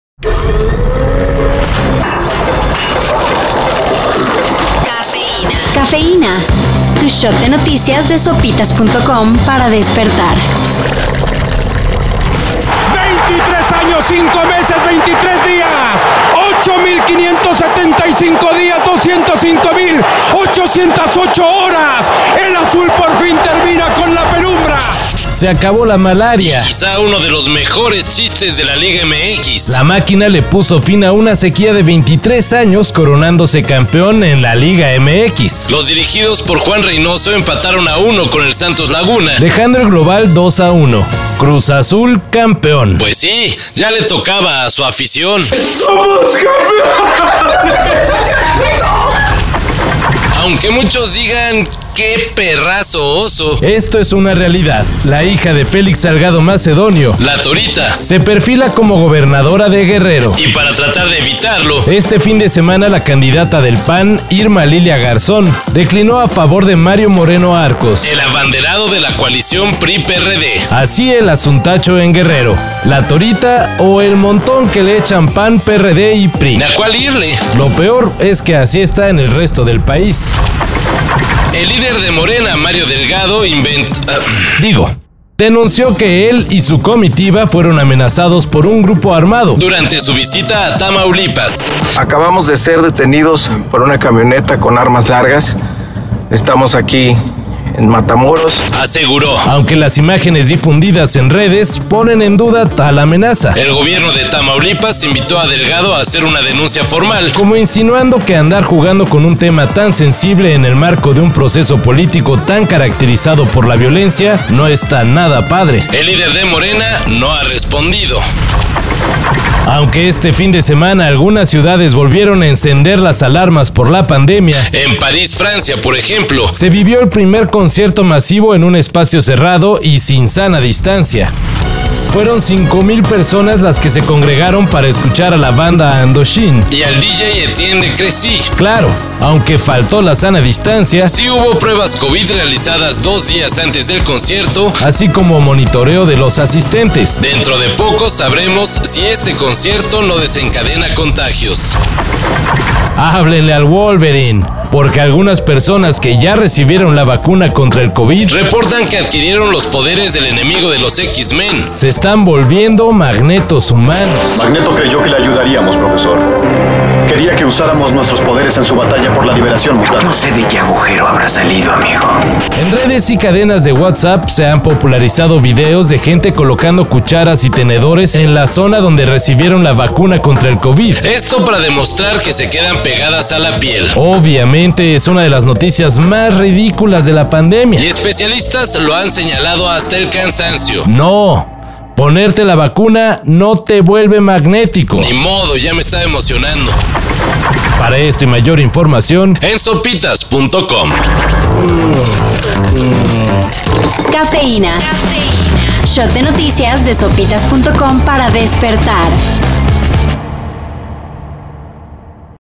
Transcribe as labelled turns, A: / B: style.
A: Cafeína. Cafeína. Tu shot de noticias de sopitas.com para despertar.
B: 23 años, 5 meses, 23 días, 8.575 días, 205.808 horas. El azul por fin termina con la penumbra.
C: Se acabó la malaria.
D: Quizá uno de los mejores chistes de la Liga MX.
C: La máquina le puso fin a una sequía de 23 años coronándose campeón en la Liga MX,
D: Los dirigidos por Juan Reynoso empataron a uno con el Santos Laguna.
C: dejando el global 2 a 1. Cruz Azul campeón.
D: Pues sí, ya le tocaba a su afición. Aunque muchos digan qué perrazo oso.
C: Esto es una realidad. La hija de Félix Salgado Macedonio
D: La Torita.
C: se perfila como gobernadora de Guerrero.
D: Y para tratar de evitarlo,
C: Este fin de semana la candidata del PAN, Irma Lilia Garzón, declinó a favor de Mario Moreno Arcos.
D: el abanderado de la coalición PRI-PRD.
C: Así el asuntacho en Guerrero, la torita o el montón que le echan pan, PRD y PRI.
D: ¿A cuál irle?
C: Lo peor es que así está en el resto del país.
D: El líder de Morena, Mario Delgado, ah, inventó...
C: Digo, denunció que él y su comitiva fueron amenazados por un grupo armado.
D: durante su visita a Tamaulipas.
E: Acabamos de ser detenidos por una camioneta con armas largas. Estamos aquí en Matamoros.
D: Aseguró,
C: Aunque las imágenes difundidas en redes ponen en duda tal amenaza,
D: el gobierno de Tamaulipas invitó a Delgado a hacer una denuncia formal.
C: como insinuando que andar jugando con un tema tan sensible en el marco de un proceso político tan caracterizado por la violencia no está nada padre.
D: El líder de Morena no ha respondido.
C: Aunque este fin de semana algunas ciudades volvieron a encender las alarmas por la pandemia,
D: En París, Francia, por ejemplo,
C: se vivió el primer concierto masivo en un espacio cerrado y sin sana distancia. Fueron 5.000 personas las que se congregaron para escuchar a la banda Andoshin.
D: y al DJ Etienne de Crecy.
C: Claro, aunque faltó la sana distancia,
D: Sí hubo pruebas COVID realizadas dos días antes del concierto.
C: así como monitoreo de los asistentes.
D: Dentro de poco sabremos si este concierto no desencadena contagios.
C: Háblenle al Wolverine, porque algunas personas que ya recibieron la vacuna contra el COVID
D: Reportan que adquirieron los poderes del enemigo de los X-Men.
C: se están volviendo magnetos humanos.
F: Magneto creyó que le ayudaríamos, profesor. Quería que usáramos nuestros poderes en su batalla por la liberación mutante.
B: No sé de qué agujero habrá salido, amigo.
C: En redes y cadenas de WhatsApp se han popularizado videos de gente colocando cucharas y tenedores en la zona donde recibieron la vacuna contra el COVID.
D: Esto para demostrar que se quedan pegadas a la piel.
C: Obviamente es una de las noticias más ridículas de la
D: Y
C: pandemia.
D: especialistas lo han señalado hasta el cansancio.
C: No, ponerte la vacuna no te vuelve magnético.
D: Ni modo, ya me está emocionando.
C: Para esto y mayor información,
D: En sopitas.com.
A: Cafeína. Shot de noticias de sopitas.com para despertar.